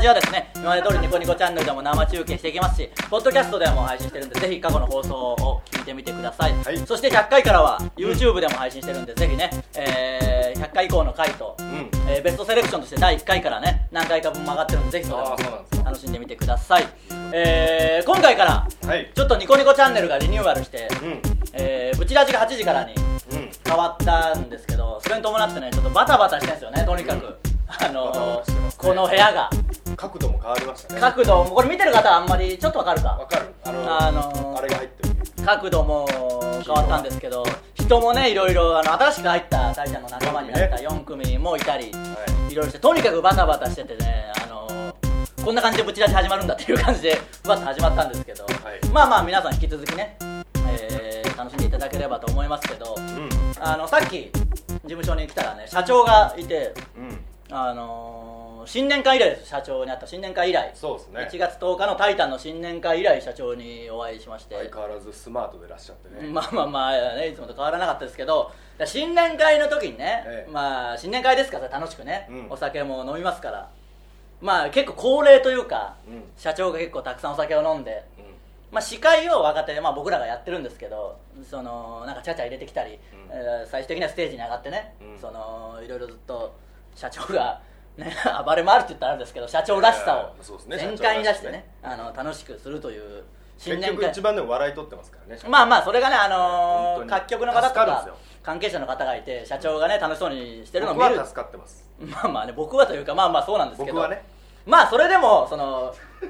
ジはですね今まで通りニコニコチャンネルでも生中継していきますしポッドキャストでも配信してるんでぜひ過去の放送を聞いてみてください、はいそして100回からは YouTube でも配信してるんでぜひね、えー100回以降の回と、んえーベストセレクションとして第1回からね何回か分曲がってるんでぜひそれあもーそうなんですか楽しんでみてください、えー今回からはいちょっとニコニコチャンネルがリニューアルして、うんえーブチラジが8時からにうん変わったんですけどそれに伴ってねちょっとバタバタしてるんですよねとにかく、うんあバタバのタしてますねこの部屋が角度も変わりましたね角度もこれ見てる方はあんまりちょっとわかるわかかるあのあのーあれが入ってる角度も変わったんですけど人もねいろいろあの新しく入った大ちゃんの仲間になった4組もいたりはいろいろしてとにかくバタバタしててねあのこんな感じでぶち出し始まるんだっていう感じでバッと始まったんですけど、はいまあまあ皆さん引き続きね、えー楽しんでいただければと思いますけどいあのさっき事務所に来たらね社長がいてうんうんあのー新年会以来です社長に会った新年会以来そうですね1月10日の「タイタン」の新年会以来社長にお会いしまして、相変わらずスマートでいらっしゃってねまあまあまあ、ね、いつもと変わらなかったですけど新年会の時にね、ええまあ新年会ですから楽しくね、うんお酒も飲みますからまあ結構恒例というか、うん社長が結構たくさんお酒を飲んでうんまあ、司会を若手で、まあ、僕らがやってるんですけどそのなんかちゃちゃ入れてきたり、うんえー最終的にはステージに上がってね、うんそのいろいろずっと社長が、ね、 暴れ回るって言ったらあれですけど社長らしいやいさやそうですをね全開に出してね社あの楽しくするという新結年局会一番でも笑い取ってますからねまあまあそれがね、あの本当ーに各局の方と助かるんですかよ関係者の方がいて社長がね楽しそうにしてるのを僕見るは助かってます まあまあね僕はというかまあまあそうなんですけど僕はねまあそれでもその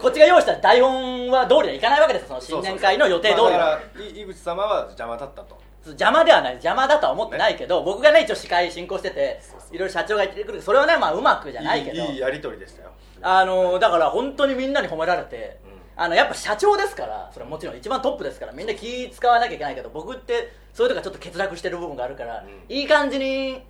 こっちが用意した台本は通りにはいかないわけですよその新年会の予定通りそうそうそうまあはだからい井口様は邪魔だったと邪魔ではない邪魔だとは思ってないけど、僕がね一応司会進行しててそうそういろいろ社長が言ってくるそれはねまあうまくじゃないけどいいいやり取りでしたよあのーだから本当にみんなに褒められて、うあのやっぱ社長ですからそれはもちろん一番トップですからみんな気使わなきゃいけないけど僕ってそういうとこはちょっと欠落してる部分があるから、ういい感じに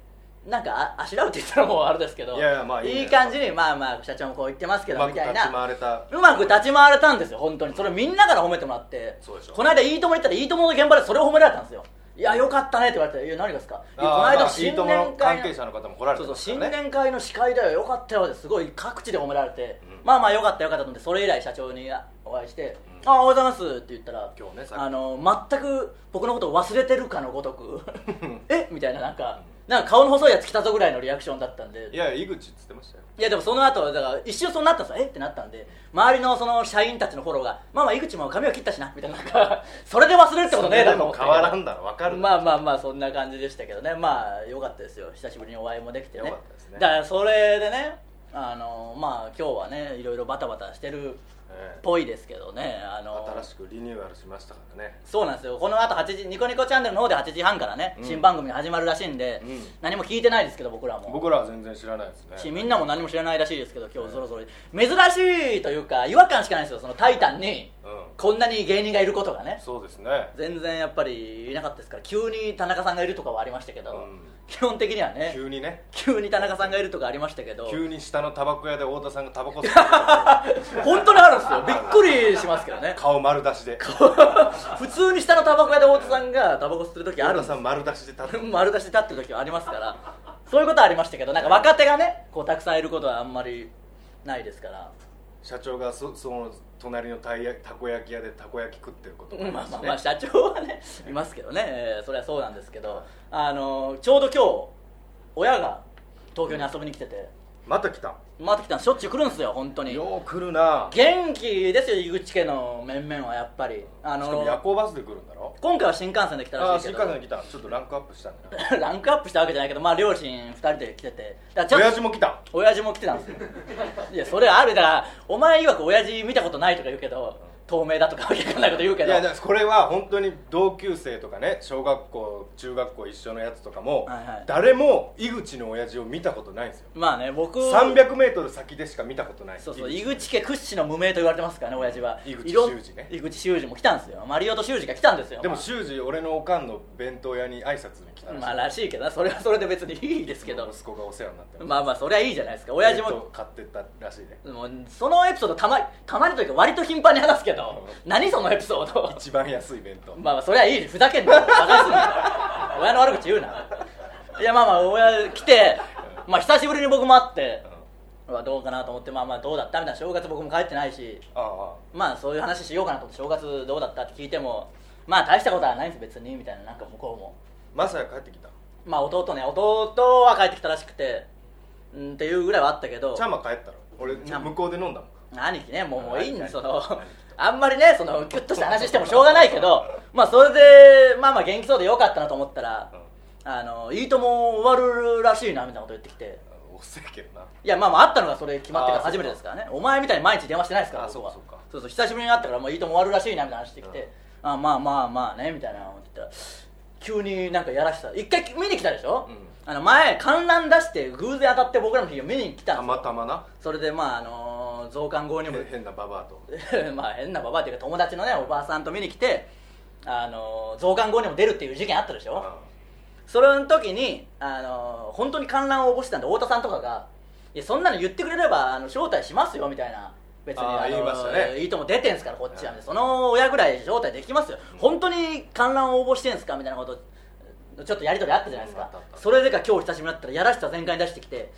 なんかああしらうって言ったらもうあれですけどいやいやまあいいね感じにまあまあ社長もこう言ってますけうどまみくた立いちな回れたうまく立ち回れたんですよ本当にそれみんなから褒めてもらってそうでしょこの間「いいとも」行ったら「いいとも」の現場でそれを褒められたんですよいやよかったねって言われて「いや何がですか?」いやこのあー間まあい新い年ともの会関係者の方も来られそうてそうま新すからね年会の司会だよよかったよですごい各地で褒められて、うんまあまあよかったよかったと思ってそれ以来社長にお会いして「うんああおはようございます」って言ったら今日ねさっきあの全く僕のことを忘れてるかのごとく「 えみたいななんかうなんか顔の細いやつ来たぞぐらいのリアクションだったんでいや井口っつってましたよいやでもその後だから一瞬そうなったんですよえってなったんで周りのその社員たちのフォローが「まあまあ井口も髪を切ったしな」みたいななんかそれで忘れるってことねえだそれとで思っもて変わらんだろ分かるまあまあまあそんな感じでしたけどねまあ良かったですよ久しぶりにお会いもできてね良かったですねだからそれでねあのまあ今日はねいろいろバタバタしてるっええぽいですけどねあの新しくリニューアルしましたからねそうなんですよこの後8時ニコニコチャンネルの方で8時半からね、うん新番組が始まるらしいんで、うん何も聞いてないですけど僕らも僕らは全然知らないですしねみんなも何も知らないらしいですけど今日そろそろ珍しいというか違和感しかないですよその「タイタン」にうんこんなに芸人がいることがねそうですね全然やっぱりいなかったですから急に田中さんがいるとかはありましたけど、うん基本的にはね急にね急に田中さんがいるとかありましたけど急に下のタバコ屋で太田さんがタバコ吸ってる本当にあるんですよびっくりしますけど ね 顔丸出しで普通に下のタバコ屋で太田さんがタバコ吸ってる時あ太るんで田すさん丸出しで立ってる丸出しで立ってる時はありますからそういうことはありましたけどなんか若手がねこうたくさんいることはあんまりないですから社長がそその隣のたいやたこ焼き屋でたこ焼き食ってることもまありまあすねまあ社長は ねいますけどね、えーそれはそうなんですけど、あのーちょうど今日親が東京に遊びに来ててまた来た回ってきたのしょっちゅう来るんですよ本当によう来るな元気ですよ井口家の面々はやっぱりあしかもの夜ー行バスで来るんだろ今回は新幹線で来たあらあしい新けど幹線来たちょっとランクアップしたんだな ランクアップしたわけじゃないけどまあ両親2人で来ててだからちょ親っ父とも来た親父も来てたんですよいやそれあるだからお前曰く親父見たことないとか言うけど透明だとかわけわかんないこと言うけいどやだからこれは本当に同級生とかね小学校中学校一緒のやつとかも、はいはい誰も井口の親父を見たことないんですよまあね僕 300m 先でしか見たことないそうそう井井口口家屈指の無名と言われてますからね親父は井口いろん修二ね井口修二も来たんですよマリオと修二が来たんですよでもまあ修二俺のおかんの弁当屋に挨拶に来たらしいまあらしいけどなそれはそれで別にいいですけど息子がお世話になってまあまあそりゃいいじゃないですか親父弁当も買ってったらしいねもうそのエピソードたまにたまにというか割と頻繁に話すけど何そのエピソード 一番安い弁当まあまあそりゃいいふざけんなよバカすんなよ親の悪口言うないやまあまあ親来てまあ久しぶりに僕も会ってはどうかなと思ってまあまあどうだったみたいな正月僕も帰ってないしああまあそういう話しようかなと思って正月どうだったって聞いてもまあ大したことはないんです別にみたいななんか向こうもマサヤ帰ってきたまあ弟ね弟は帰ってきたらしくてうんっていうぐらいはあったけどチャマ帰ったろ俺チャマ向こうで飲んだもん兄貴ねもうもういいんはいそはのいあんまりねそのキュッとした話してもしょうがないけどまあそれでまあまあ元気そうでよかったなと思ったらう「んあのいいとも終わるらしいな」みたいなこと言ってきて遅いけどないやまあまああったのがそれ決まってから初めてですからねお前みたいに毎日電話してないですからあ僕はそうかそうかそうそう久しぶりに会ったからもういいとも終わるらしいなみたいな話してきうんてあまあまあまあねみたいな思ってたら急になんかやらした一回見に来たでしょうんあの前観覧出して偶然当たって僕らの日を見に来たんたですよまたまなそれでまああのー増刊号にもへ変なババアと まあ変なババアっていうか友達のねおばあさんと見に来てあのー増刊号にも出るっていう事件あったでしょ、それの時にあの本当に観覧を起こしてたんで太田さんとかがいやそんなの言ってくれればあの招待しますよみたいな別にあのー言いましたねいいとも出てんすからこっちは、うんその親ぐらい招待できますよ、本当に観覧を応募してんすかみたいなことちょっとやり取りあったじゃないですうんあかったあったそれでか今日久しぶりだったらやらしさ全開に出してきて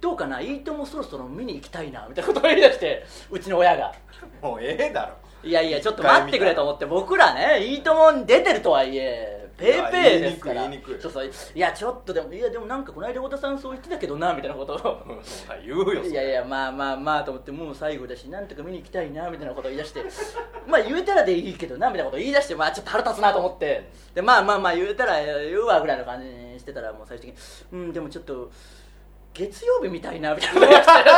どうかな、いいともそろそろ見に行きたいなみたいなことを言い出して、うちの親が、うんもうええだろいやいや、ちょっと待ってくれと思って、僕らね、いいともに出てるとはいえ、ペーペーですから、いや言いにくい言いにくいそうそういや、ちょっとでも、いや、でもなんか、この間、太田さん、そう言ってたけどな、みたいなことを。うんそんな言うよそれいやい やまあまあまあと思ってもう最後だしなんとか見に行きたいなみたいなことを言い出してまあ言えたらでいいけどなみたいなことを言い出してまあちょっと腹立つなと思ってでまあまあまあ言えたら言うわぐらいの感じにしてたらもう最終的にうんでもちょっと月曜日みたいなみたいなこと言い出して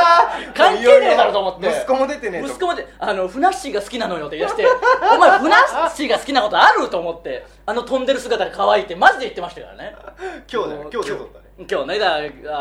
関係ねえだろと思って息子も出てねえと息子まであのふなっしーが好きなのよって言い出してお前ふなっしーが好きなことあると思ってあの飛んでる姿が可愛いってマジで言ってましたからね今日だよ今日出とったね今日ねだ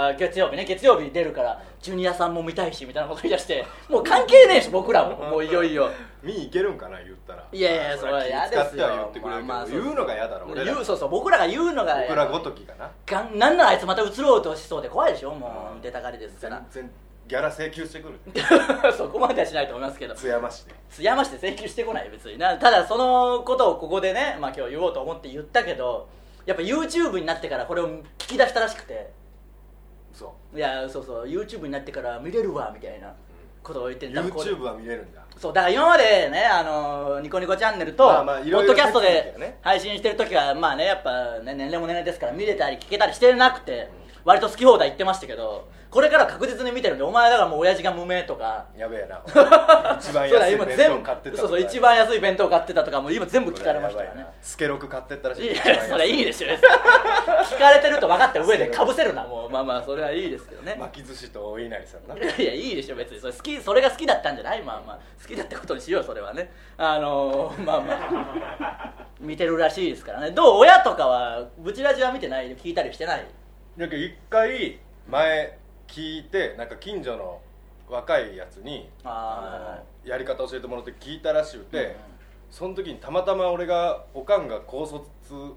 あ月曜日ね月曜日出るからジュニアさんも見たいしみたいなこと言い出してもう関係ねえし僕らももういよいよ見に行けるんかな言ったらいやいやそれは嫌ですよ気使っては言ってくれるけど、まあまあ言うのが嫌だろ俺ら言うそうそう僕らが言うのが僕らごときがながんなんならあいつまた移ろうとしそうで怖いでしょもうんう出たがりですか全ら然ギャラ請求してくる そこまではしないと思いますけど津山市で津山市で請求してこない別になただそのことをここでね、まあ、今日言おうと思って言ったけどやっぱ YouTube になってからこれを聞き出したらしくてそいやそうそう YouTube になってから見れるわみたいなことを言っうて多分これ YouTube は見れるんだそうだから今までね、あのニコニコチャンネルと、まあまあいろいポろッドキャスト手続きでがね配信してる時はまあねやっぱ、ね、年齢も年齢ですから見れたり聞けたりしてなくて割と好き放題言ってましたけどこれから確実に見てるんでお前だからもう親父が無名とかやべえ な一そ番うだ安い今弁全当部買ってったそうそう一番番安い弁当買ってたとかもう今全部聞かれましたからねスケロク買ってったらしいいやそれいいでしょ別に聞かれてると分かった上でかぶせるなもうまあまあそれはいいですけどね巻き寿司とお稲荷さんないや いいでしょ別にそれ好きそれが好きだったんじゃないまあまあ好きだったことにしようそれはねあのー、まあまあ見てるらしいですからねどう親とかはブチラジは見てない聞いたりしてないだけど一回前聞いてなんか近所の若いやつにあーあのやり方教えてもらって聞いたらしくて、うんうんその時にたまたま俺がおかんが高卒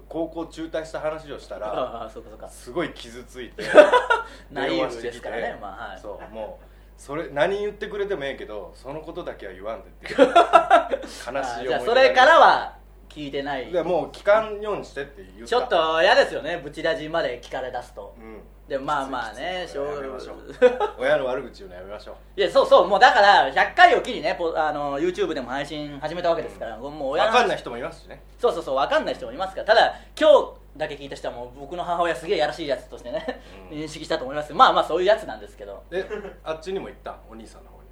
高校中退した話をし たらああそうかそうかすごい傷ついて ナイ電ー話ブしてですきかて、らねまあはいそうもうそれ何言ってくれてもええけどそのことだけは言わんで っていうあ悲しい思い出ーじゃあそれからは聞いてないでもう聞かんようにしてって言ったちょっ、と嫌ですよねブチラジまで聞かれ出すとうん、でもまあまあねきついしょやめましょうう親の悪口言うのやめましょう いやそうそうもうだから100回を機にねポあの YouTube でも配信始めたわけですから、もう 分親のかんない人もいますしねそうそうそう分かんない人もいますからただ今日だけ聞いた人はもう僕の母親すげえやらしいやつとしてね、うん認識したと思いますまあまあそういうやつなんですけど であっちにも行ったお兄さんの方に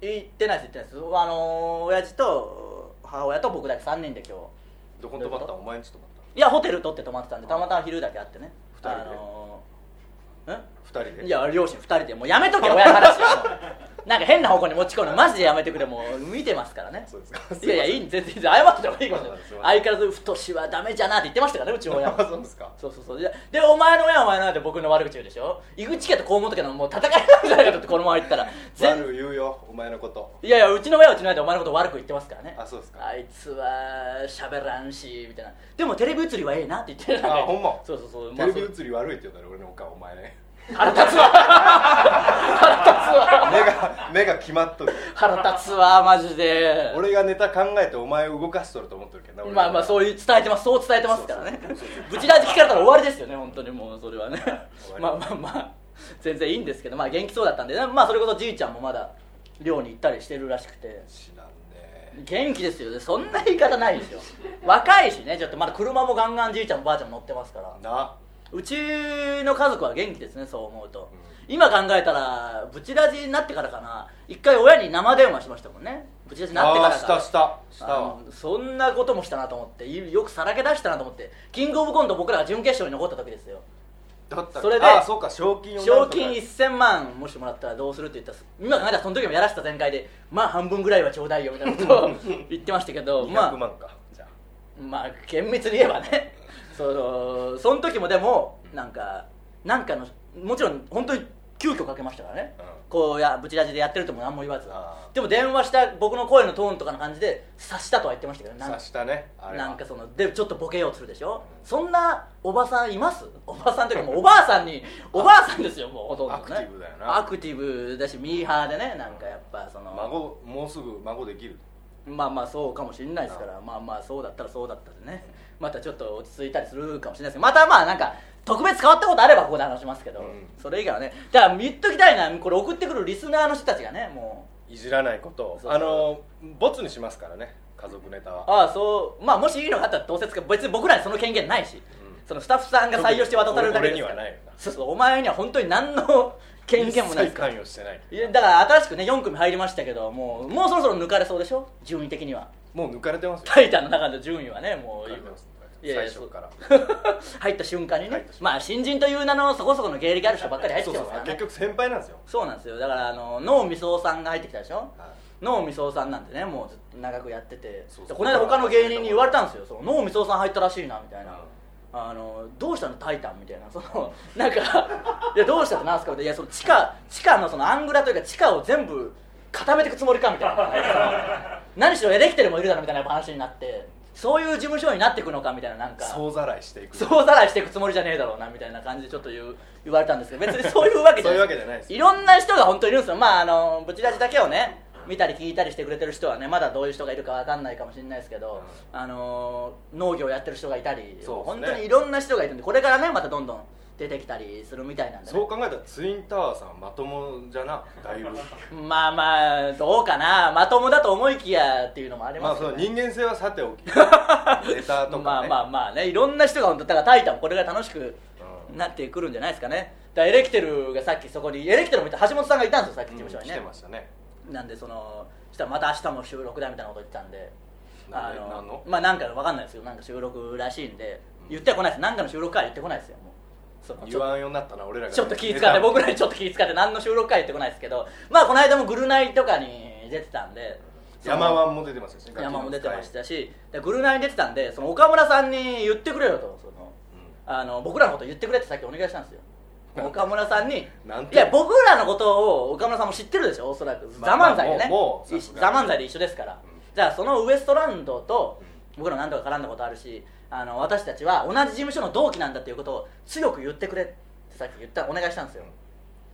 言ってないです言ってないですあのー親父と母親と僕だけ3人で今どこに泊まっどたうお前んち泊まっ日いやホテル取って泊まってたんでたまたま昼だけあってね二人であのーんた2人でいや両親2人でもうやめとけ親の 話なんか変な方向に持ち込むのマジでやめてくれもう見てますからねそうですかいやいやいいん全然全然謝ってた方がいいかもしれないすいませ相ん変わらず太しはダメじゃなって言ってましたからねうちの親も あそうですか そうそうそうででお前の親はお前の親で僕の悪口言うでしょ井口家と河本家のもう戦いなんじゃないかとってこのまま言ったら全悪言うよお前のこといやいやうちの親はうちの親でお前のこと悪く言ってますからねあそうですかあいつは喋らんしみたいなでもテレビ映りはええなって言ってるあほんまそうそうそうテレビまあ映り悪いって言うたら俺のおかんお前ねそう腹立つわ腹立つわ目 が目が決まっとる腹立つわマジで俺がネタ考えてお前を動かしとると思ってるけどな俺まあまあうそういう伝えてますそう伝えてますからねブチラジ聞かれたら終わりですよね本当にもうそれはね終わりまあまあまあ全然いいんですけどまあ元気そうだったんで、まあ、それこそじいちゃんもまだ寮に行ったりしてるらしくて知らんね元気ですよねそんな言い方ないですよ若いしねちょっとまだ車もガンガンじいちゃんもばあちゃんも乗ってますからなうちの家族は元気ですねそう思うと、う今考えたらブチラジになってからかな一回親に生電話しましたもんねブチラジになってからあかーしたしたしたわあのそんなこともしたなと思っていよくさらけ出したなと思ってキングオブコント僕らが準決勝に残った時ですよだったらそれでああそうか賞金をな賞んとか金1000万もしもらったらどうするって言ったら今考えたらその時もやらした全開でまあ半分ぐらいはちょうだいよみたいな ことを言ってましたけどま200あ万かじゃあまあ厳密に言えばね そのその時もでもなんかなんかのもちろん本当に急遽かけましたからね、うんこうやブチラジでやってるとも何も言わずあーでも電話した僕の声のトーンとかの感じで察したとは言ってましたけどなんさしたねあれはなんかそのでちょっとボケようとするでしょそんなおばさんいますおばさんというかもうおばあさんにおばあさんですよもうほとんどねアクティブだよなアクティブだしミーハーでねなんかやっぱその孫もうすぐ孫できるまあまあそうかもしれないですからまあまあそうだったらそうだったでねまたちょっと落ち着いたりするかもしれないですけどまたまあなんか特別変わったことあればここで話しますけど、うんそれ以外はねだから言っときたいなこれ送ってくるリスナーの人たちがねもういじらないことをそうそうあのボツにしますからね家族ネタはああそうまあもしいいのがあったらどうせつか別に僕らにその権限ないし、そのスタッフさんが採用して渡されるだけですから俺にはないよなそうそうお前には本当に何の権限もないで一す切から関与してないいやだから新しくね4組入りましたけどもうもうそろそろ抜かれそうでしょ順位的にはもう抜かれてますよタイタンの中の順位はねもう抜かれてますいやいや最初からそう入った瞬間にね入った瞬間まあ新人という名のそこそこの芸歴ある人ばっかり入ってそうきてそうますかそうら結ね局先輩なんですよそうなんですよだからあの能みそさんが入ってきたでしょはい能みそさんなんてねもうずっと長くやっててそうそうでこの間他の芸人に言われたんですよその能みそさん入ったらしいなみたいな、あのどうしたの「タイタン」みたいなその なんか「いやどうしたってなんすか?」みたいな「いやその地下地下のそのアングラというか地下を全部固めていくつもりか」みたいな 何しろエレキテルもいるだろみたいな話になってそういう事務所になっていくのかみたいななんか総ざらいしていくそうさらいしていくつもりじゃねえだろうなみたいな感じでちょっと言う言われたんですけど別にそういうわけじゃないそういうわけじゃないですいろんな人が本当にいるんですよまああのブチラジだけをね見たり聞いたりしてくれてる人はねまだどういう人がいるかわかんないかもしれないですけど、あの農業やってる人がいたり、そうです本ね当にいろんな人がいるんでこれからねまたどんどん出てきたりするみたいなんで、ねそう、考えたらツインタワーさんまともじゃなだいぶま あまあどうかなまともだと思いきやっていうのもありままあすそよのね人間性はさ ておきネタとかねまあまあまあねいろんな人が本当だから「タイタン」これが楽しくうんなってくるんじゃないですかねだからエレキテルがさっきそこにエレキテルもいた橋本さんがいたんですよさっきう事ん務所に来ねて、ましたねなんでそのそしたらまた明日も収録だみたいなこと言ってたんでなんでなんのまあなんかわかんないですよなんか収録らしいんで言ってはこないですなんかの収録から言ってこないですよもうそのち言ょっとわんようになったな俺らがちょっと気遣って僕らにちょっと気遣って何の収録か言ってこないですけどまあこの間もグルナイとかに出てたんでその山ワンも出てますよね山も出てましたしでグルナイに出てたんでその岡村さんに言ってくれよとそのあの僕らのこと言ってくれってさっきお願いしたんですよ岡村さんになんていや僕らのことを岡村さんも知ってるでしょおそらく「まあザ漫才でね「もうもうさすがザ漫才で一緒ですから、うんじゃあそのウエストランドと僕ら何度か絡んだことあるしあの私たちは同じ事務所の同期なんだということを強く言ってくれってさっき言ったお願いしたんですよ、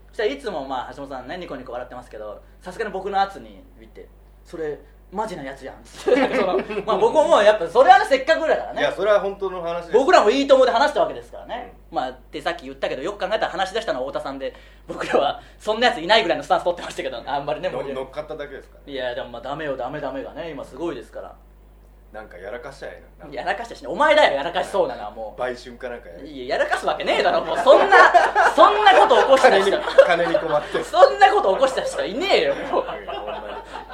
そしたらいつもまあ橋本さんねニコニコ笑ってますけどさすがに僕の圧に見てそれマジなやつやんっつってそのまあ僕ももうやっぱそれはねせっかくだからいやねそれは本当の話です僕らもいいと思で話したわけですからね、まあってさっき言ったけどよく考えたら話し出したのは太田さんで僕らはそんなやついないぐらいのスタンス取ってましたけどあんまりねの盛り上乗がっかっただけですからいやでもまあダメよダメダメがね今すごいですからなんかやらかしちゃえなやらかしたしねお前だよやらかしそうなのはもう売春かなんかやるいややらかすわけねえだろもうそんなそんなこと起こした金に 人金に困ってそんなこと起こした人いねえよもう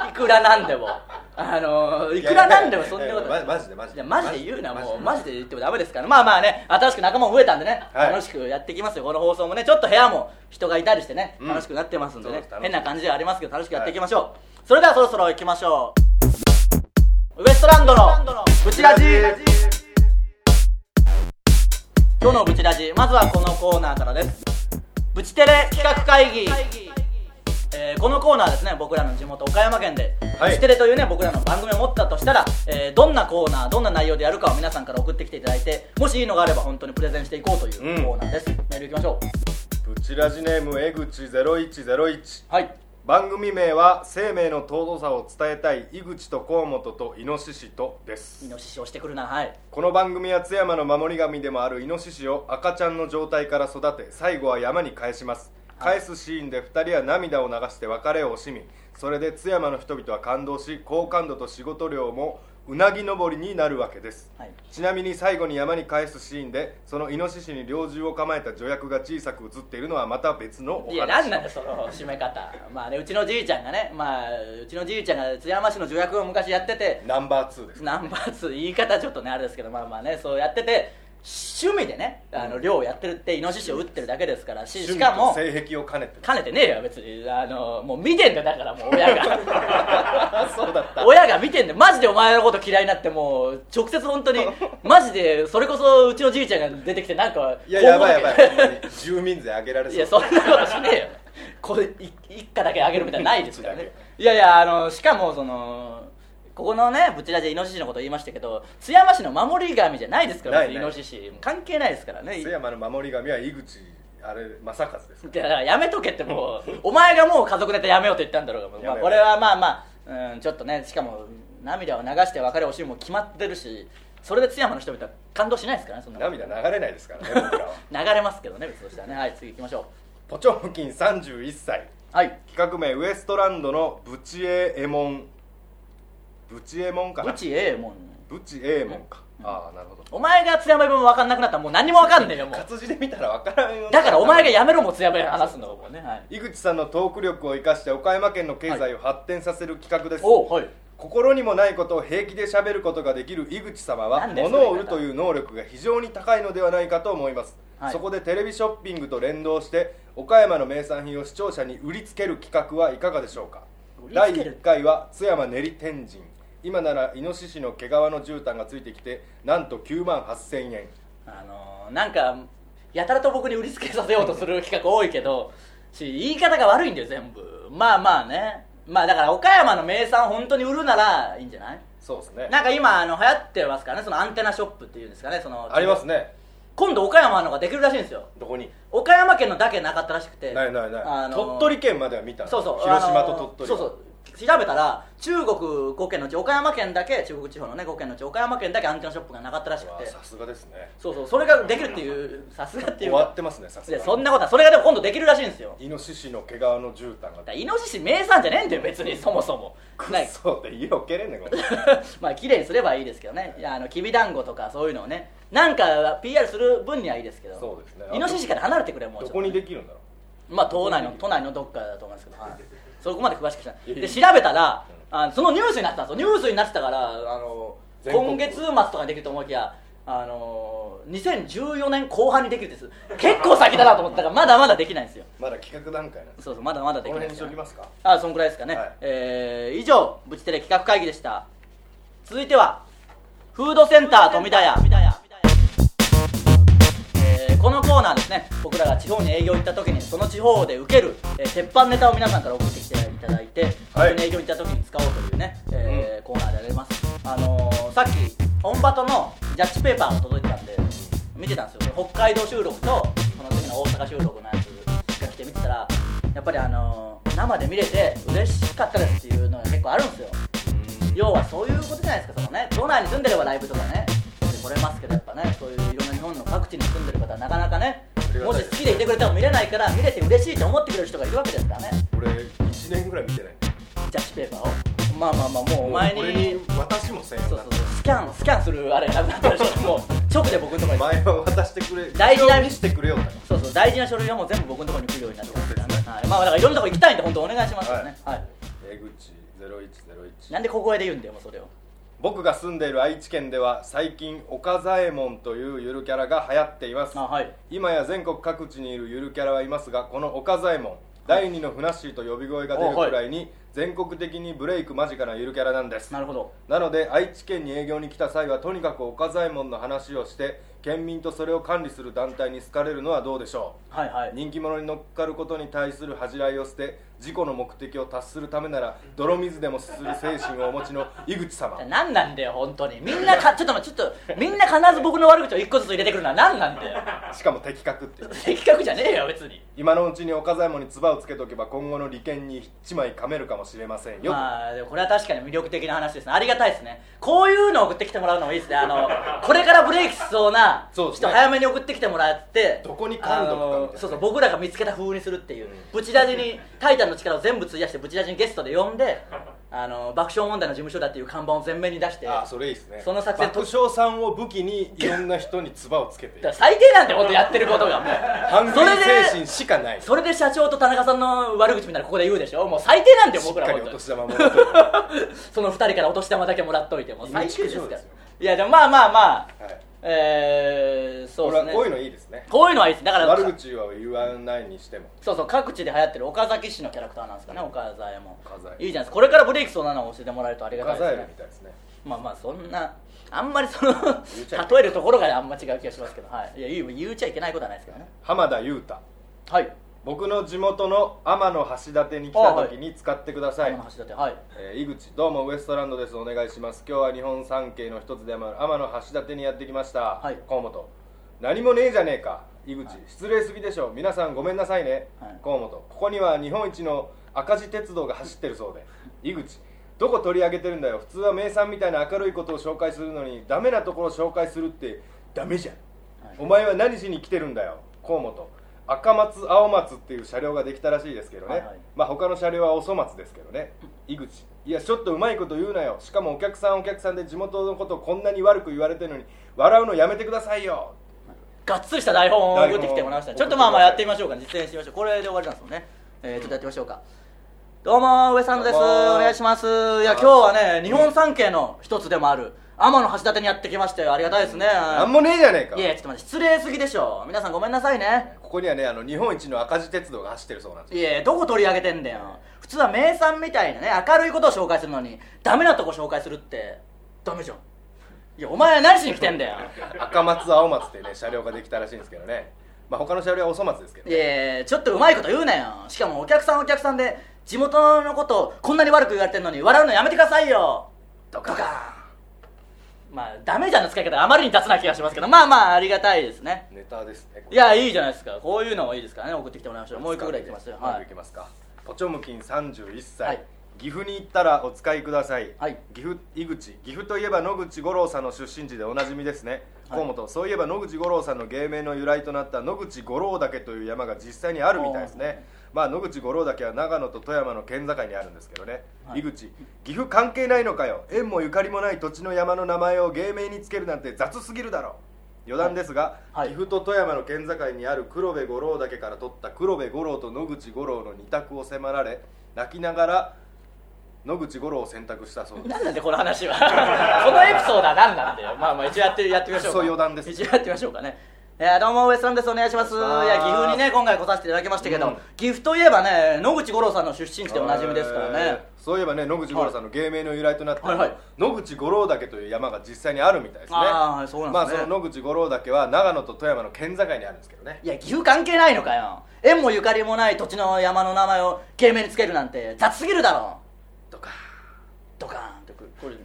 いくらなんでもあのーいくらなんでもそんなこといやいやマジでマジでいやマジで言うなもうママジジで言ってもダメですからまあまあね新しく仲間も増えたんでね、はい楽しくやっていきますよこの放送もねちょっと部屋も人がいたりしてねうん楽しくなってますんでそうねです楽し変いな感じではありますけど楽しくやっていきましょう、それではそろそろ行きましょうウエストランドのブチラジ今日のブチラジまずはこのコーナーからですブチテレ企画会議えーこのコーナーですね僕らの地元岡山県で、はいブチテレというね僕らの番組を持ったとしたら、えーどんなコーナーどんな内容でやるかを皆さんから送ってきていただいてもしいいのがあれば本当にプレゼンしていこうといううんコーナーです、メールいきましょうブチラジネーム江口0101はい番組名は生命の尊さを伝えたい井口と河本とイノシシとですイノシシをしてくるなはいこの番組は津山の守り神でもあるイノシシを赤ちゃんの状態から育て最後は山に返しますはい返すシーンで2人は涙を流して別れを惜しみそれで津山の人々は感動し好感度と仕事量もうなぎ登りになるわけですはいちなみに最後に山に返すシーンでそのイノシシに猟銃を構えた助役が小さく映っているのはまた別のおいや何話なんだよその締め方まあねうちのじいちゃんがねまあうちのじいちゃんが津山市の助役を昔やっててナンバー2ですナンバーツー言い方ちょっとねあれですけどまあまあねそうやってて趣味でねあの漁をやってるってイノシシを撃ってるだけですからししかも趣味と性癖を兼 ねて兼ねてねえよ別にあのもう見てんだよだからもう親が そうだった親が見てんだよマジでお前のこと嫌いになってもう直接本当にマジでそれこそうちのじいちゃんが出てきてなんかいややばいやばこういほんまに住民税上げら思れうそいうやそんなことしねえよこれい一家だけあげるみたいなのないですから一ね家だいやいやあのしかもそのここのねブチラジでイノシシのこと言いましたけど津山市の守り神じゃないですからない別になイいノシシ関係ないですからね津山の守り神は井口あれ正和ですだからやめとけってもうお前がもう家族ネタやめようと言ったんだろうが、まやあ、めようこれはまあまあ、うん、ちょっとねしかも涙を流して別れを惜しむも決まってるしそれで津山の人々は感動しないですからねそんな涙流れないですからね 僕らは流れますけどね別としてはねはい次行きましょポチョムキン31歳うはい企画名ウエストランドのブチエエモンブチエモンかブなチええもんブチエエモンか、ああなるほどお前が津山弁も分かんなくなったらもう何にも分かんねえよもう活字で見たらわからんようになっただからお前がやめろもう津山弁話すのもうねはい井口さんのトーク力を生かして岡山県の経済を発展させる企画です、おうはい心にもないことを平気で喋ることができる井口様はなんでそれ物を売るという能力が非常に高いのではないかと思います、はいそこでテレビショッピングと連動して岡山の名産品を視聴者に売りつける企画はいかがでしょうか売り第つける1回は津山練り天神今ならイノシシの毛皮の絨毯がついてきてなんと9万8000円あのーなんかやたらと僕に売りつけさせようとする企画多いけどし言い方が悪いんだよ全部まあまあねまあだから岡山の名産本当に売るならいいんじゃないそうですねなんか今あの流行ってますからねそのアンテナショップっていうんですかねそのありますね今度岡山のができるらしいんですよどこに岡山県のだけなかったらしくてないないない、あのー鳥取県までは見たのそうそう広島と鳥取あのそうそう調べたら中国5県のうち岡山県だけ中国地方のね5県のうち岡山県だけアンテナショップがなかったらしわくあてさすがですねそうそうそれができるっていうさすがってい終うわかってますねさすいがやにそんなことはそれがでも今度できるらしいんですよイノシシの毛皮の絨毯がだからイノシシ名産じゃねえんだよ別にそもそもくない っ そって家を蹴れんねんこれまあ綺麗にすればいいですけどねいやあのきびだんごとかそういうのをねなんか PR する分にはいいですけどそうですねイノシシから離れてくれもうちどょっことにできるんだろまあ都内の都内のどっかだと思うんです けど、はい、そこまで詳しくしないいやいでや調べたらあのそのニュースになってたんですよニュースになってたからあの全国今月末とかにできると思いきやあの2014年後半にできるんです結構先だなと思ったからまだまだできないんですようまだ企画段階なんですそうそうまだまだこできのない辺でにしすよときねますかあそんくらいですかね、はいえー以上ブチテレ企画会議でした続いてはフードセンター富田屋えーこのコーナーですね僕らが地方に営業行った時にその地方で受ける、えー鉄板ネタを皆さんから送ってきていただいて、はいそこに営業行った時に使おうというね、えーコーナーでやりますあのーさっきオンバトのジャッジペーパーが届いてたんで見てたんですよ北海道収録とこの時の大阪収録のやつが来て見てたらやっぱりあのー生で見れて嬉しかったですっていうのが結構あるんですよ要はそういうことじゃないですかそのね都内に住んでればライブとかね来れますけどやっぱねそういういろんな日本の各地に住んでる方はなかなかねりがもたいしです好きでいてくれても見れないから見れて嬉しいと思ってくれる人がいるわけですからね俺1年ぐらい見てないジャッジペーパーをまあまあまあもうお前に俺に私もせんよそうなそうそうスキャンスキャンするあれがなくなったでしょもう直で僕のところに前は渡してくれ大事な必要にしてくれよったかそうそう大事な書類はもう全部僕のところに来るようになってますからねそうですはいまあだからいろんなとこ行きたいんで本当お願いしますからねはい、ら江口0101なんで小声で言うんだよもうそれを僕が住んでいる愛知県では最近岡左衛門というゆるキャラが流行っていますあはい今や全国各地にいるゆるキャラはいますがこの岡左衛門第二のふなっしーと呼び声が出るくらいに全国的にブレイク間近なゆるキャラなんですなるほどなので愛知県に営業に来た際はとにかく岡左衛門の話をして県民とそれを管理する団体に好かれるのはどうでしょうはいはい人気者に乗っかることに対する恥じらいを捨て自己の目的を達するためなら泥水でもすする精神をお持ちの井口様何なんだよ本当にみんなかちょっと待ってちょっとみんな必ず僕の悪口を一個ずつ入れてくるのは何なんだよ しかも的確っていう的確じゃねえよ別に今のうちに岡左衛門に唾をつけとけば今後の利権に一枚噛めるかもしれませんよ、まあでもこれは確かに魅力的な話ですねありがたいですねこういうのを送ってきてもらうのもいいですねあ のこれからブレイクしそうなそう人ですね早めに送ってきてもらってどこに感度かみたいなあのそうそう僕らが見つけた風にするっていう、うんブチラジにタイタンの力を全部費やしてブチラジにゲストで呼んであの爆笑問題の事務所だっていう看板を前面に出してああそれいいですねその作戦と爆笑さんを武器にいろんな人に唾をつけて いだからる最低なんて本当やってることが もう反それ撃で精神しかないしそれで社長と田中さんの悪口みたいなのここで言うでしょもう最低なんだよっ僕らかり本お当に年玉もらっ てるはその2人からお年玉だけもらっといてもう最低ですかいやら畜生ですいやでもまあまあまあいえー、そうこですねれはこういうのいいですねこういうのはいいですだから悪口は言わないにしてもそうそう各地で流行ってる岡崎市のキャラクターなんですかね岡左衛門岡左衛門いいじゃないですかこれからブレイクそうなのを教えてもらえるとありがた岡いで左す衛門ねみたいですねまあまあそんなあんまりその言っちゃいけない例えるところがあんま違う気がしますけど、はい、いや言う言っちゃいけないことはないですけどね浜田雄太はい僕の地元の天の橋立に来た時に使ってください、天の橋立てはいえー井口どうもウエストランドですお願いします今日は日本三景の一つでもある天の橋立にやってきました、はい河本何もねえじゃねえか井口、失礼すぎでしょ皆さんごめんなさいね、はい河本ここには日本一の赤字鉄道が走ってるそう で井口どこ取り上げてるんだよ普通は名産みたいな明るいことを紹介するのにダメなところを紹介するってダメじゃんはいお前は何しに来てるんだよ河本赤松青松っていう車両ができたらしいですけどね、はいはいまあ他の車両はお粗末ですけどね井口いやちょっとうまいこと言うなよしかもお客さんお客さんで地元のことをこんなに悪く言われてるのに笑うのやめてくださいよがっつりした台本を送ってきてもらいました台本をちょっとまあまあやってみましょうか実演してみましょうこれで終わりなんですよね、えー、ちょっとやってみましょうかどうもウエストランドですおどうも願いしますいや今日はね日本三景の一つでもある天の橋立にやってきましたよありがたいですねなんもねえじゃねえかいやちょっと待って失礼すぎでしょ皆さんごめんなさいねここにはねあの日本一の赤字鉄道が走ってるそうなんですよいやどこ取り上げてんだよ普通は名産みたいなね明るいことを紹介するのにダメなとこ紹介するってダメじゃんいやお前は何しに来てんだよ赤松青松ってね車両ができたらしいんですけどねまあ他の車両はお粗末ですけどいやいやちょっとうまいこと言うなよしかもお客さんお客さんで地元のことをこんなに悪く言われてるのに笑うのやめてくださいよドカカンまあダメじゃんの使い方あまりに雑な気がしますけどまあまあありがたいですねネタですねいやいいじゃないですかこういうのもいいですからね送ってきてもらいましょうもう一個ぐらいいきますよはもう一個いいきますかポチョムキン31歳、はい岐阜に行ったらお使いください、はい岐阜井口岐阜といえば野口五郎さんの出身地でおなじみですね、はい河本そういえば野口五郎さんの芸名の由来となった野口五郎岳という山が実際にあるみたいですねまあ野口五郎岳は長野と富山の県境にあるんですけどね、はい井口岐阜関係ないのかよ縁もゆかりもない土地の山の名前を芸名につけるなんて雑すぎるだろ余談ですが、はい岐阜と富山の県境にある黒部五郎岳から取った黒部五郎と野口五郎の二択を迫られ泣きながら野口五郎を選択したそうですなんなんでこの話はこのエピソードは何なんだよまあまあ一応やってやってみましょうかそう余談です一応やってみましょうかねいやどうもウエストランドですお願いしますいお願いしまや岐す阜にね今回来させていただきましたけど、うん岐阜といえばね野口五郎さんの出 身地でおなじみですからね、えーそういえばね野口五郎さんの芸名の由来となって、はいはい野口五郎岳という山が実際にあるみたいですねあーそうなんですねまあその野口五郎岳は長野と富山の県境にあるんですけどねいや岐阜関係ないのかよ縁もゆかりもない土地の山の名前を芸名につけるなんて雑すぎるだろとかドカーンとくるこれ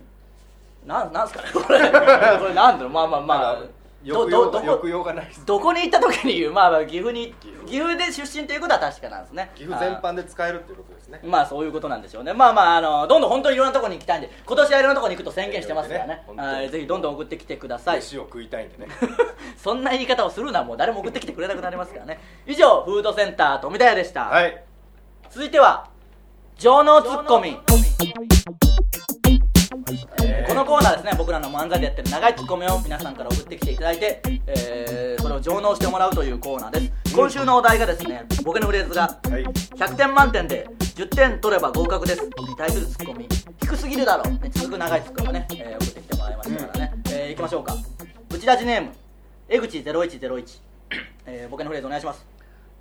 なんなんすかねこ れこれなんだろうまあまあまあど抑揚どどがこ抑揚がないですどこに行った時に言うまあまあ岐阜に岐阜で出身ということは確かなんですね岐阜全般で使えるっていうことですねまあそういうことなんでしょうねまあまああのどんどん本当にいろんなところに行きたいんで今年はいろんなところに行くと宣言してますからねね本当にはいぜひどんどん送ってきてください飯を食いたいんでね そんな言い方をするなもう誰も送ってきてくれなくなりますからね以上フードセンター富田屋でした、はい続いては情能ツッコミこのコーナーですね僕らの漫才でやってる長いツッコミを皆さんから送ってきていただいて、えーそれを上納してもらうというコーナーです今週のお題がですねボケのフレーズがはい100点満点で10点取れば合格ですに対するツッコミ低すぎるだろうに続く長いツッコミをね、えー送ってきてもらいましたからね、えー、いきましょうかブチラジネーム江口0101、えー、ボケのフレーズお願いします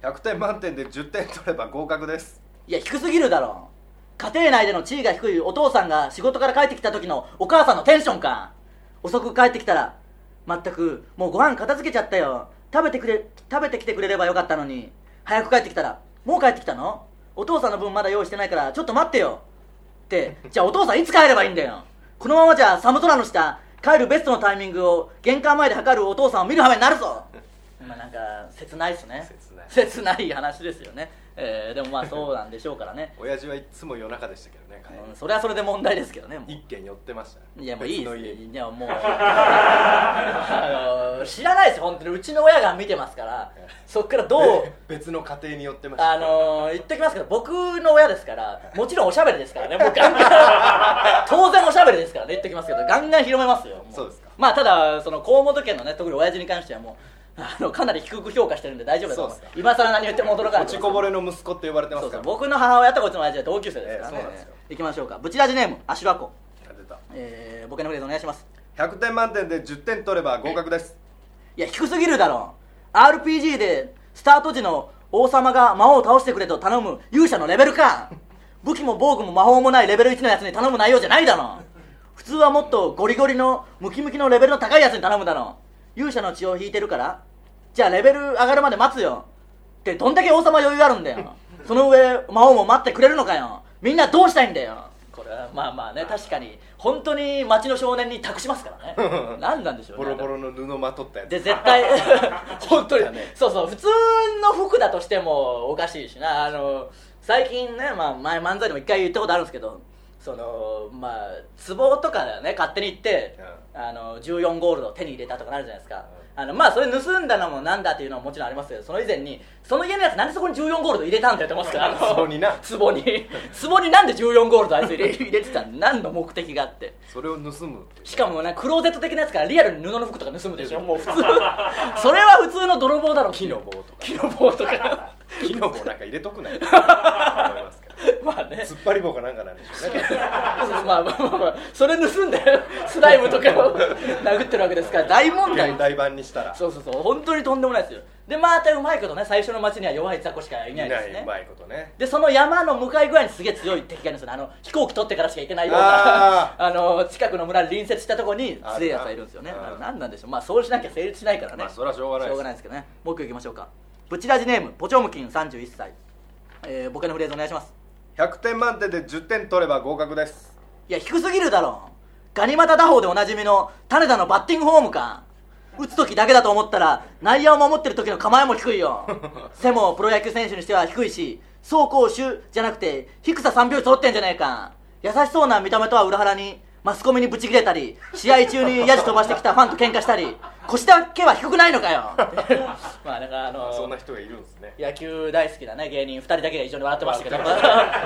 100点満点で10点取れば合格ですいや低すぎるだろ家庭内での地位が低いお父さんが仕事から帰ってきた時のお母さんのテンションか遅く帰ってきたら全くもうご飯片付けちゃったよ食べてくれ食べてきてくれればよかったのに早く帰ってきたらもう帰ってきたのお父さんの分まだ用意してないからちょっと待ってよってじゃあお父さんいつ帰ればいいんだよこのままじゃ寒空の下帰るベストのタイミングを玄関前で測るお父さんを見る羽目になるぞまあなんか切ないですね切ない切ない話ですよね、えーでもまあそうなんでしょうから ね親父はいつも夜中でしたけどね帰りうんそれはそれで問題ですけどねもう一軒寄ってましたねいやもういい別ので家すにいやもう あの知らないですよ本当にうちの親が見てますからそっから どうべ別の家庭に寄ってましたあの言っときますけど僕の親ですからもちろんおしゃべりですからねもうガンガン 当然おしゃべりですからね言っときますけどガンガン広めますよもそうですかまあただその河本家のね特に親父に関してはもうあのかなり低く評価してるんで大丈夫だと思いまそうです今更何言っても驚かない落ちこぼれの息子って呼ばれてまそすうかそうら僕の母親とこっちの親父は同級生ですからねええそうなんですよいきましょうかブチラジネームアシュラコ出たえー、ボケのフレーズお願いします100点満点で10点取れば合格ですいや低すぎるだろ RPG でスタート時の王様が魔王を倒してくれと頼む勇者のレベルか武器も防具も魔法もないレベル1のやつに頼む内容じゃないだろ普通はもっとゴリゴリのムキムキのレベルの高いやつに頼むだろ勇者の血を引いてるからじゃあレベル上がるまで待つよってどんだけ王様余裕あるんだよその上魔王も待ってくれるのかよみんなどうしたいんだよこれはまあまあね確かに本当に町の少年に託しますからね 何なんでしょうボねロボロの布まとったやつで絶 対本当にだねそうそう普通の服だとしてもおかしいしなあの最近ね、まあ、前漫才でも一回言ったことあるんですけどそのまあ壺とかだよね勝手に行って、あの14ゴールドを手に入れたとかなるじゃないですか、あのまあそれ盗んだのもなんだっていうのはもちろんありますけどその以前にその家のやつなんでそこに14ゴールド入れたんだよって思いますからあの壺にな壺に 壺になんで14ゴールドあいつ入れ入れてたの何の目的があってそれを盗むっていうしかもねクローゼット的なやつからリアルに布の服とか盗むでしょもう普通 それは普通の泥棒だろ木木の の棒とか木の棒とか木の棒なんか入れとくない思いますけど まあね 突っ張り棒かなんかなんでしょうねまあまあまあ、まあ、それ盗んでスライムとか を殴ってるわけですから大問題現代版にしたらそうそうそう本当にとんでもないですよでまたうまいことね最初の街には弱い雑魚しかいいなないですいねうまいことねでその山の向かい具合にすげえ強い敵がいるんですよねあの飛行機取ってからしか行けないような ああの近くの村に隣接したところに強いやつがいるんですよねあるなうん何なんでしょうまあそうしなきゃ成立しないからね、まあそれはしょうがなしいでょすうがないですけどねもう一個いきましょうかブチラジネームポチョムキン31歳、えー、ボケのフレーズお願いします100点満点で10点取れば合格ですいや低すぎるだろガニ股打法でおなじみの種田のバッティングフォームか打つ時だけだと思ったら内野を守ってる時の構えも低いよ 背もプロ野球選手にしては低いし走攻守じゃなくて低さ3秒揃ってんじゃねえか優しそうな見た目とは裏腹にマスコミにブチ切れたり試合中にヤジ飛ばしてきたファンと喧嘩したり腰だけは低くないのかよ まあなんかあのそんな人がいるんですね野球大好きなね芸人2人だけが一緒に笑ってましたけど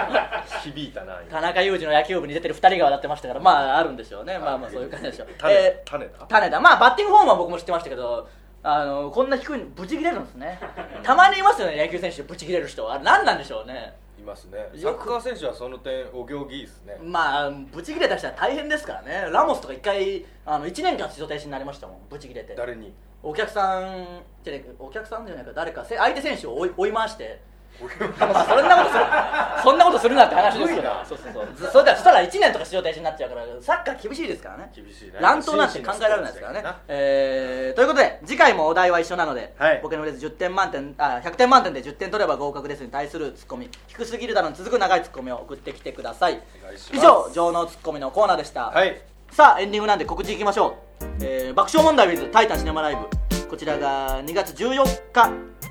響いたな田今中裕二の野球部に出てる2人が笑ってましたからまああるんでしょうねまあまあそういう感じでしょう種えー種だ種田まあバッティングフォームは僕も知ってましたけどあのこんな低いのブチ切れるんですねたまにいますよね野球選手でブチ切れる人あれ何なんでしょうねいますねサよッくカー選手はその点お行儀いいですねまあブチ切れた人は大変ですからねラモスとか1回あの1年間出場停止になりましたもんブチ切れて誰にお客さんじゃねお客さんじゃないか誰かせ相手選手を追い追い回してまあそんなことするそんなことするなって話ですよすごいなそうそうそうずそれではしたら1年とか出場停止になっちゃうからサッカー厳しいですからね厳しいね乱闘なんて考えられないですからね紳士のスポーツだからなえーということで次回もお題は一緒なので、はい僕のフレーズ10点満点あ100点満点で10点取れば合格ですに対するツッコミ低すぎるだろに続く長いツッコミを送ってきてくださいお願いし以ます上情能ツッコミのコーナーでした、はいさあエンディングなんで告知いきましょう、えー爆笑問題 with タイタンシネマライブこちらが2月14日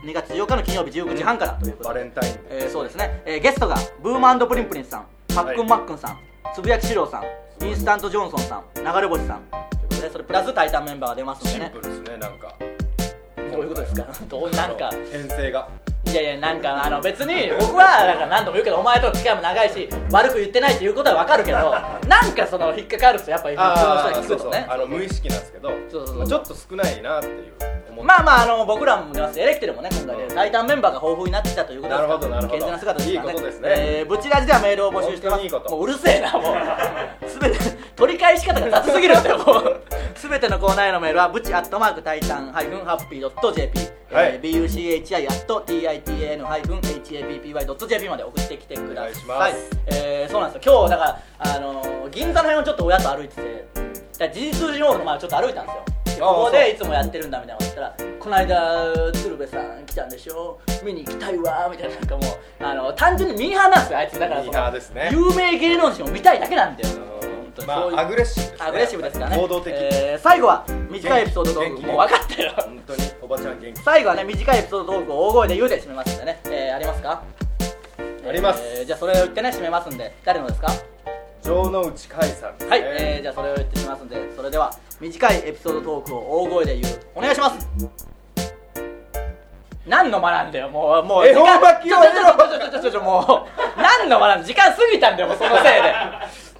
2月14日の金曜日19時半からということバで、レンタインデーえーそうですね、えーゲストがブーマンプリンプリンさんパックンマックンさん、つぶやきしろうさんインスタントジョンソンさん流れ星さんということでそれプラスタイタンメンバーが出ますシんでンねプルですねなんかどういうことですか どうなんか編成がいやいやなんかあの別に 僕はなんか何度も言うけどお前との付き合いも長いし悪く言ってないっていうことはわかるけどなんかその引っかかる人やっぱり普ああ通の人はそう聞そくとうねあの無意識なんですけどそうそうそうまあちょっと少ないなっていう思っまあまああの僕らも出ますエレキテルもね今回でうん最短メンバーが豊富になってきたということですからなるほどなるほど健全な姿ですからねいいことですねえーブチラジではメールを募集してます本当にいいこともううるせえなもう全て取り返し方が雑すぎるんだよもう全てのコーナーへのメールはブチアットマークタイタンハイフンハッピードット JP はいえー buchi.titn-happy.jp まで送ってきてくださいお願いしますえーそうなんですよ今日だから、あのー銀座の辺をちょっと親と歩いててだから G 通じの方のまあちょっと歩いたんですよああここそうでいつもやってるんだみたいなこと言ったら「この間鶴瓶さん来たんでしょ見に行きたいわ」みたいななんかもうあの単純にミーハーなんですよあいつだからそのミーハーですね有名芸能人を見たいだけなんだよ本当うにんまそういうあアグレッシブですねアグレッシブですからね行動的えー最後は短いエピソードトー元ク気もう分かったよ本当におばちゃん元気最後はね短いエピソードトークを大声で言うで締めますんでね、えーありますかありますえーじゃあそれを言ってね締めますんで誰のですか城之内海さんですねはい、えーじゃあそれを言ってみますんでそれでは短いエピソードトークを大声で言うお願いします何の間なんだよもうもうえ時間本番ち切れょちょちょちょちょちょちょもう何の間なんだ時間過ぎたんだよもうそ のせいで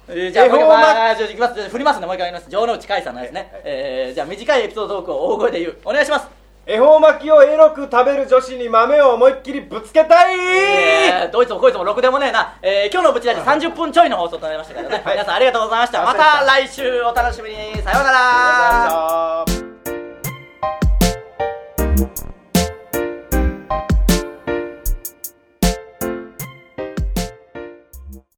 えーじゃあえもう一回本番まあちょ行きますちょ振りますねもう一回やります城之内海さんのですね、はいえーじゃあ短いエピソードトークを大声で言うお願いします恵方巻きをエロく食べる女子に豆を思いっきりぶつけたい、えーどいつもこいつもろくでもねえな、えー今日のブチラジ30分ちょいの放送となりましたからね、はい皆さんありがとうございましたまありがとうござたい来週お楽しみにさようならありがとうございました